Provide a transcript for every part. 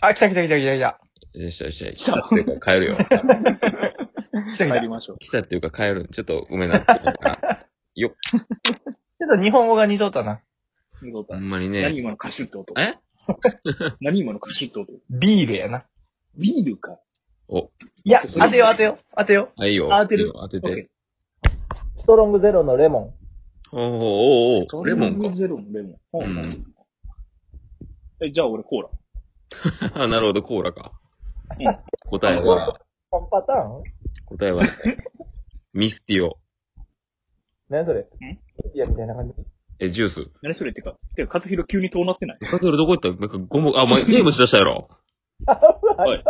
あ、来た来た来た来た来た。よしよし、来たっていうか帰 るよ。来た来帰た。りちょましょう。来たっていうか帰る。ちょっとごめんなって思 ったな。っと日本語が二度とな。どうだほんまに何ね。今のカシュって音え何今のカシュって音ビールやな。ビールか。お、いや、ちょっとそれ当てよう当てよう。当てよあ、いいよ。あ当てるいいよ当てオッケて。う。ストロングゼロのレモおーおーーおーレモンか。ゼロのレモン。ほううんえ、じゃあ俺コーラ。あなるほど、コーラかうん。答え は、ン。ンパターン答えは、ミスティオ。何それいや、みたいな感じ。え、ジュース。何それってか、てか、勝弘急に遠なってないカトルどこ行ったなんかゴム、あ、お前ゲームしだしたやろ。おい、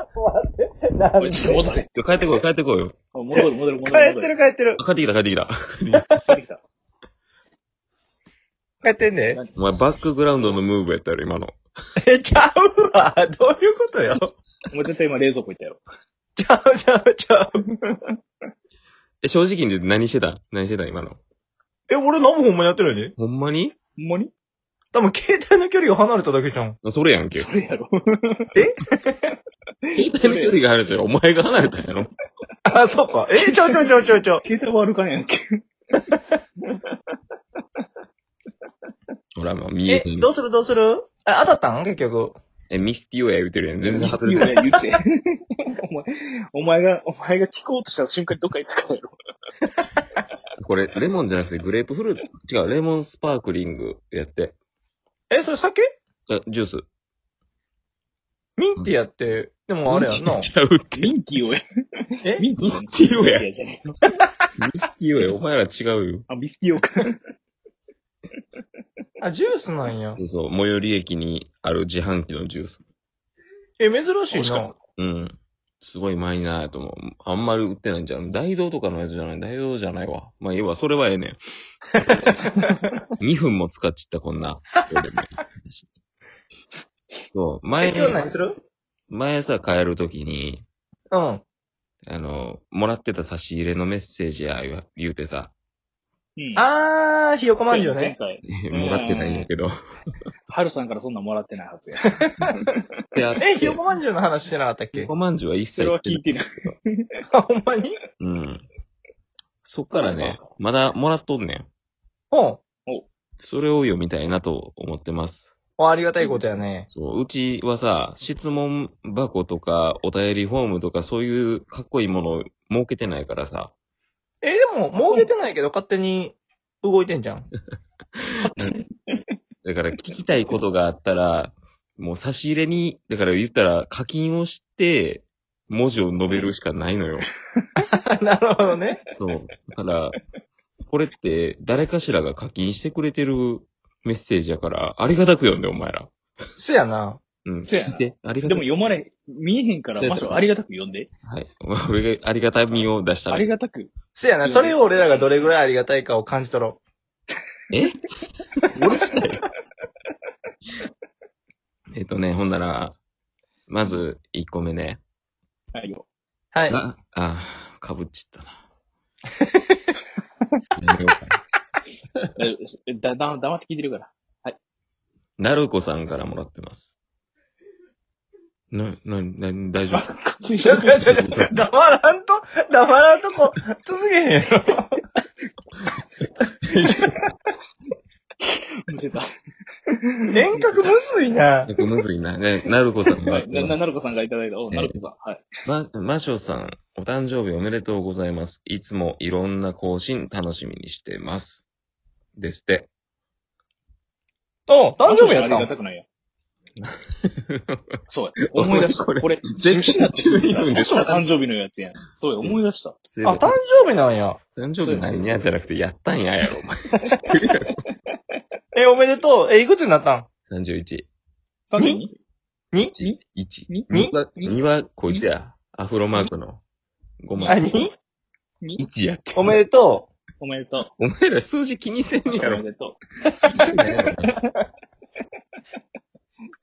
なおい、ちょっと戻れ。ちょ帰ってこい、帰ってこいよ。あ戻る、戻る、戻る。 帰ってる帰ってる。あ帰ってきた、帰ってきた。戻る。帰ってきた。帰ってんで。お前バックグラウンドのムーブやったやろ、今の。え、 ちゃうわ。どういうことよ。お前絶対今冷蔵庫行ったやろ。ちゃうちゃうち ゃう。え、正直に言って何してた何してた今の。え、俺何もほんまにやってるよね。ほんまにほんまに多分携帯の距離が離れただけじゃん。 それやんけ。それやろ。携帯の距離が離れてる。お前が離れたんやろ。あ、そうか。え、ちゃうちゃうちゃうちゃうちゃ う。携帯はあるかねやんけ。ほら、もう見ええて、んどうするどうするあ、当たったん結局。え、ミスティオや言うてるやん。全然外れてない。言うて。お前、お前が、お前が聞こうとした瞬間にどっか行ったからやろ。これ、レモンじゃなくてグレープフルーツ。違う、レモンスパークリングやって。え、それ酒あジュース。ミンティアって、でもあれやんな。ちゃうって。ミンティーをや。えミンミスティーをやミンティーじゃねえミスティオや。お前ら違うよ。あ、ミスティーをか。あ、ジュースなんや。そうそう、最寄り駅にある自販機のジュース。え、珍し美味いしかなっ。うん。すごいマイナーやと思う。あんまり売ってないんじゃん。大道とかのやつじゃない。大道じゃないわ。まあ、要は、それはええね ん。2分も使っちった、こんな。そう、え、前今日何する前さ、帰るときに、うん。あの、もらってた差し入れのメッセージや言わ言うてさ、うん。あー、ひよこまんじゅう前ね。回。もらってないんやけど。ハルさんからそんなんもらってないはずや。で、あってえ、ひよこまんじゅうの話してなかったっひよけこまんじゅうは一切それ言はって聞ないいてない。あ、 ほんまにうん。そっからね、まだもらっとんねん。うん。それを読みたいなと思ってます。ありがたいことやね。そう、うちはさ、質問箱とか、お便りフォームとか、そういうかっこいいものを設けてないからさ、え、でも、儲けてないけど勝手に動いてんじゃん。 だから聞きたいことがあったら、もう差し入れに、だから言ったら課金をして、文字を述べるしかないのよ。なるほどね。そう。だから、これって誰かしらが課金してくれてるメッセージやから、ありがたく読んで、お前ら。そやな。うん。そうやな聞いて、ありがたでもく。読まれ、見えへんから、ましょありがたく読んで。はい。 俺がありがたみを出したあらり。がたく。そやな。それを俺らがどれぐらいありがたいかを感じ取ろえ俺自体えっとね、ほんなら、まず、1個目ね。はいよ。う。はい。あ、あ、かぶっち ったな。何をえだ、だ、黙って聞いてるから。なるこさんからもらってます。な、な、な、大丈夫ついちょちょちょ 黙らんと、 黙らんとこ、続けへんやろ。見せた。遠隔むずいな。結構むずいな。ね、なるこさんがはい。な、ななるこさんがいただいた。お、なるこさん。はい。ま、ましょさん、お誕生日おめでとうございます。いつもいろんな更新楽しみにしてます。ですって。お誕生日やっありたがんたくないや。そうや。お前思い出した。ここれれ、全然12分でしょ女子の誕生日のやつやん。そうや、思い出した。そういえあ、ば誕生日なんや。誕生日何やじゃなくて、やったんややろ、お前。え、おめでとう。え、いくつになったん31。 32? に1。に2は、2はこいつや。アフロマークの。5万。あ、に ?1 やって。おめでとおめでとう。お前ら数字気にせんおやろ め。でと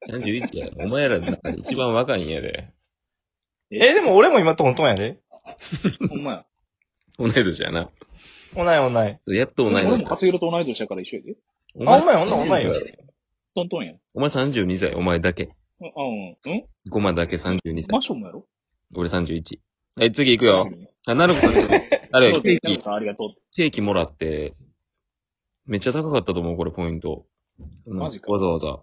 31や。お前らの中で一番若いんやで。う。え、でも俺も今トントンやで。う。ほんまや。同い年やな。おないおない。そうやっと同い俺年も。勝弘と同い年やから一緒やで。おあお前お前お前よよトントンやん。お前32歳、お前だけ。うん。うんごまだけ32歳。マションもやろ俺31。はい、次行くよ。あ、なるほど。あれ、そうケでーキ、さんありがとう。ケーキもらって、めっちゃ高かったと思う、これ、ポイント。うんマジかわざわざ。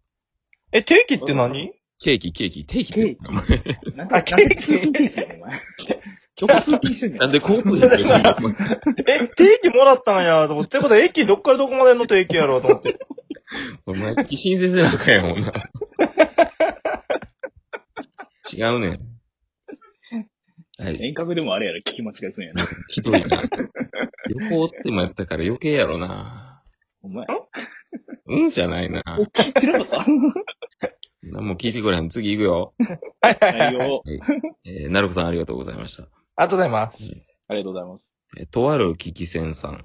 え、定期って何ケーキ、ケーキ、ケーキケーキお前なんで、なんケーキで通勤停止やねん、お前。どこ通勤してんねん。なんで交通費って言うのお前え、定期もらったんやと思って。ってことは、駅どっからどこまでの定期やろうと思って。お前、毎月申請せなあかんやもんな。違うねん。はい。遠隔でもあれやろ、聞き間違いすんやな。ひどいな。旅行ってもやったから余計やろな。お前。うんじゃないな。聞いてるのか何も聞いてくれへん。次行くよ。はいはいはい。内容。えー、なるこさんありがとうございました。ありがとうございます。ありがとうございます。えーとある危機船さん。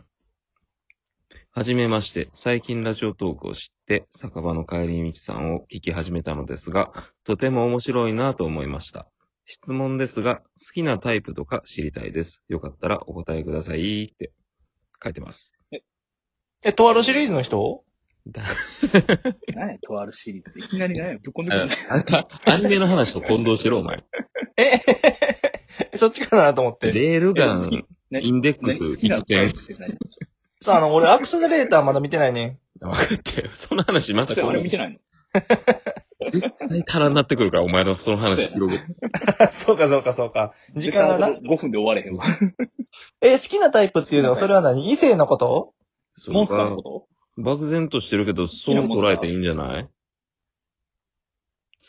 はじめまして、最近ラジオトークを知って、酒場の帰り道さんを聞き始めたのですが、とても面白いなと思いました。質問ですが、好きなタイプとか知りたいです。よかったらお答えくださいって書いてます。え、とあるシリーズの人何や、とあるシリーズで。いきなり何や、ぶっこんでくある。あんたアニメの話と混同してるお前。え、 そっちかなと思って。レールガえ好きン、何インデック何ス、好きな危の機船。って何さあ、あの、俺、アクセラレーターまだ見てないね。分かってる。その話またそれ今あ度れ見てないの絶対足らんなってくるから、お前のその話広げて。 そうかそうかそうか。時間がな。 5分で終われへんわ。え、好きなタイプっていうのは、それは何異性のことそれモはンスターのこと漠然としてるけど、そう捉えていいんじゃない好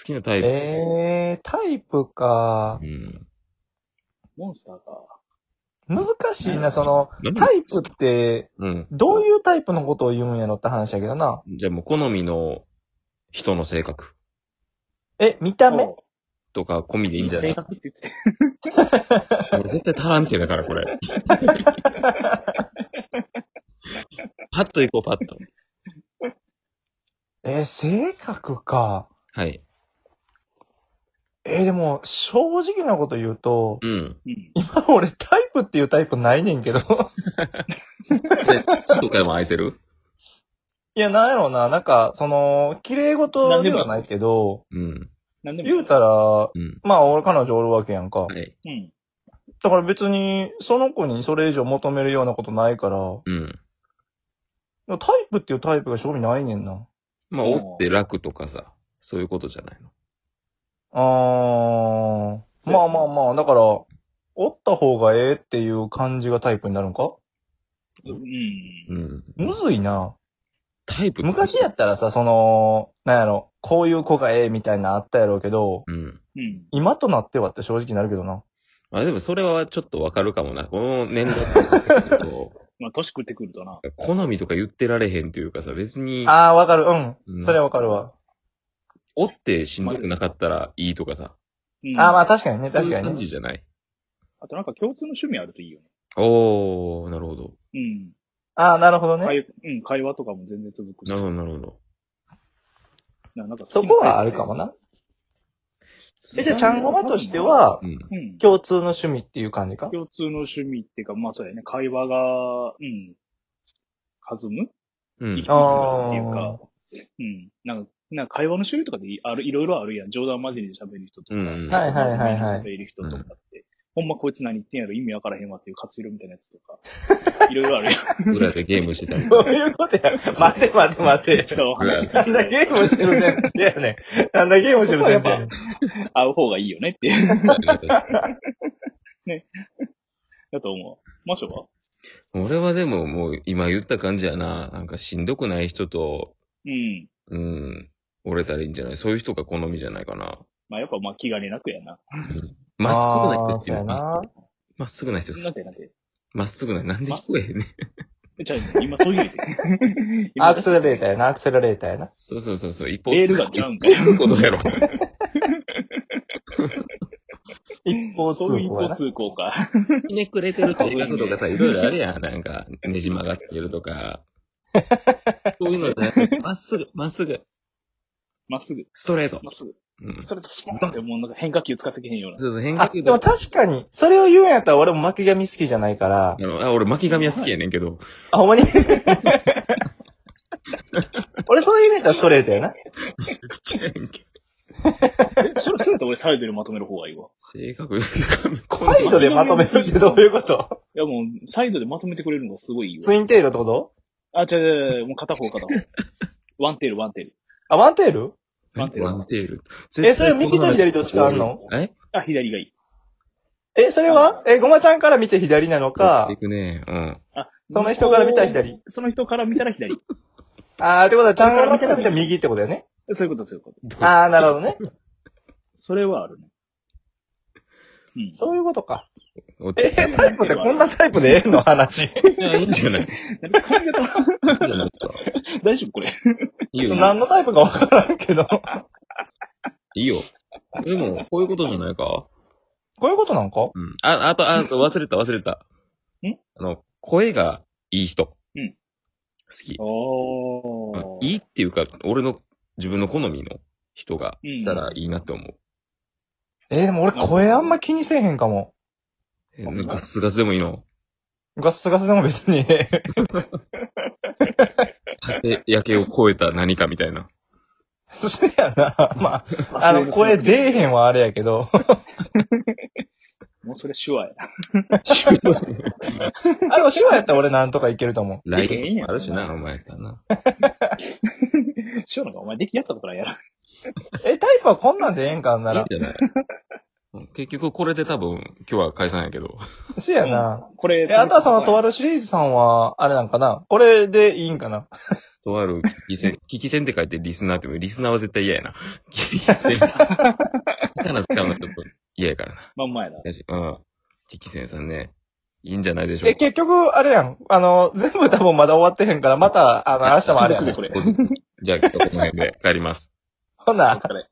きなタイプ。えー、タイプかう。ん。モンスターか。難しいな、その、何タイプって、うん。どういうタイプのことを言うんやろって話やけどな。じゃあもう好みの人の性格え、見た目おとか込みでいいんじゃな性い格って言ってもう絶対足らんってだから、これ。パッと行こう、パッと。え、性格か。はい。えー、でも、正直なこと言うと、 うん。た。今俺タイプっていうタイプないねんけど。 で、土とかでも愛せるいや、なんやろうな。なんか、その、綺麗事ではないけど、うん。うん。なんでも。言うたら、うん。まあ、俺、彼女おるわけやんか。はい。うん。だから別に、その子にそれ以上求めるようなことないから、うん。タイプっていうタイプが正味ないねんな。まあ、おって楽とかさ、そういうことじゃないの。あー、まあまあまあ、だから、おった方がええっていう感じがタイプになるんかうん。うん。むずいな。タイプって昔やったらさ、その、なんやろ、こういう子がええみたいなのあったやろうけど、うん。うん。今となってはって正直なるけどな。まあでもそれはちょっとわかるかもな。この年代だ と、まあ、年食ってくるとな。好みとか言ってられへんというかさ、別に、あー、わかる、ううんん。それはわかるわ。おってしんどくなかったらいいとかさ。うんあー、まあ確かにね、そう確いうかに感ね。じじゃない。あとなんか共通の趣味あるといいよね。おー、なるほど。うん。あー、なるほどね。会うん、会話とかも全然続くし。なるほど、なるほど。ななんか好きなそこはあるかもな。え、じゃあ、ちゃんごまとしてはう、ん。うん。共通の趣味っていう感じか共通の趣味っていうか、まあそうやね、会話が、うん、弾むうん。あーっていうか、うん、なんか、なんか会話の種類とかでいあるいろいろあるやん。冗談交じりで喋る人とか、うんうんはいはいはいはい真面目に喋る人とかって、ほんまこいつ何言ってんやろ意味わからへんわっていう活用みたいなやつとか、 いろいろあるやん。裏でゲームしてたり。どういうことや。待て待て待て。人の話なんだゲームしてる前提やねん。なんだゲームしてる前提。会う方がいいよねって いう、だと思う。マショは俺はでももう今言った感じやな。なんかしんどくない人と、うん。うん、折れたらいいんじゃないそういう人が好みじゃないかな。まあやっぱまあ気兼ねなくやな。まっすぐなあ人ーっそうていうやのなは。まっすぐな人っすなんてなんて。まっすぐな、なんで聞こえへんねん。じゃあ今ト イレで。アクセラレーターやな、アクセラレーターやな。そうそうそうそう、一方レールがちゃうんか一方通行やろ。一方通そういう一行や方な。通行か。ひねくれてると角とかさ、いろいろあるやん。なんか、ねじ曲がってるとか。そういうのじゃなくてまっすぐ、まっすぐ、まっすぐ、ストレート。まっすぐ。うん、そそれとスポンってもうなんか変化球使ってけへん ような。うそう、変化あ、球でともか。確かに、それを言うんやったら俺も巻き髪好きじゃないからあ。のあ俺、巻き髪は好きやねんけど、あ、ほんまに俺そういう意味やったらストレートやな。口やねんけどえ、それ、それと俺サイドでまとめる方がいいわ。性格が噛み込んサイドでまとめるってどういうこといやもう、サイドでまとめてくれるのがすごいいいツわ。インテールってことあ、違う違う違う、もう片 方片方。ワンテール、ワンテール。あ、ワンテールワンテールワンテール。え、それ右と左どっちかあるのえあ、左がいい。え、それはえ、ごまちゃんから見て左なのかい、くね。うん。あ、その人から見たら左。その人から見たら左。あー、ってことは、ちゃんから見たら右ってことだよね。そういうこと、そういうこと。あー、なるほどね。それはあるね。うん。そういうことか。おえ、ちタイプってこんなタイプでええの話。いやいいんじゃないいなんか髪型、いんじゃないですか。大丈夫これ。いいよ。何のタイプかわからんけど。いいよ。でも、こういうことじゃないかこういうことなんかうん。あ、あと、あと、忘れた、忘れた。んあの、声がいい人。うん好き。おいいっていうか、俺の、自分の好みの人がいいたらいいなって思う。えー、でも俺声あんま気にせえへんかも。えなんか、スガスでもいいの。ガッスガスでも別に。酒、焼けを超えた何かみたいな。 そやな。まあ、あの、声出えへんはあれやけど。 もうそれ手話やな。あれ、お芝居やったら俺なんとかいけると思来年あるしな、お前かな。 手話なんかお前出来やったことないやろ。う。え、タイプはこんなんでええんかんないいんら。じゃないうん結局、これで多分、今日は解散やけど。そやな。これ、え、あとはその、とあるシリーズさんは、あれなんかなこれでいいんかなとある、聞き戦、聞き戦って書いてリスナーって言うリスナーは絶対嫌やな。聞き戦。から使うのちょっと嫌やからな。まんまやな。だしうん。聞き戦さんね、いいんじゃないでしょうえ、か。結局、あれやん。あの、全部多分まだ終わってへ んから、また、あの、明日もあれや続くでん。これ。じゃあ、今日はこの辺で帰ります。ほおな。疲れ。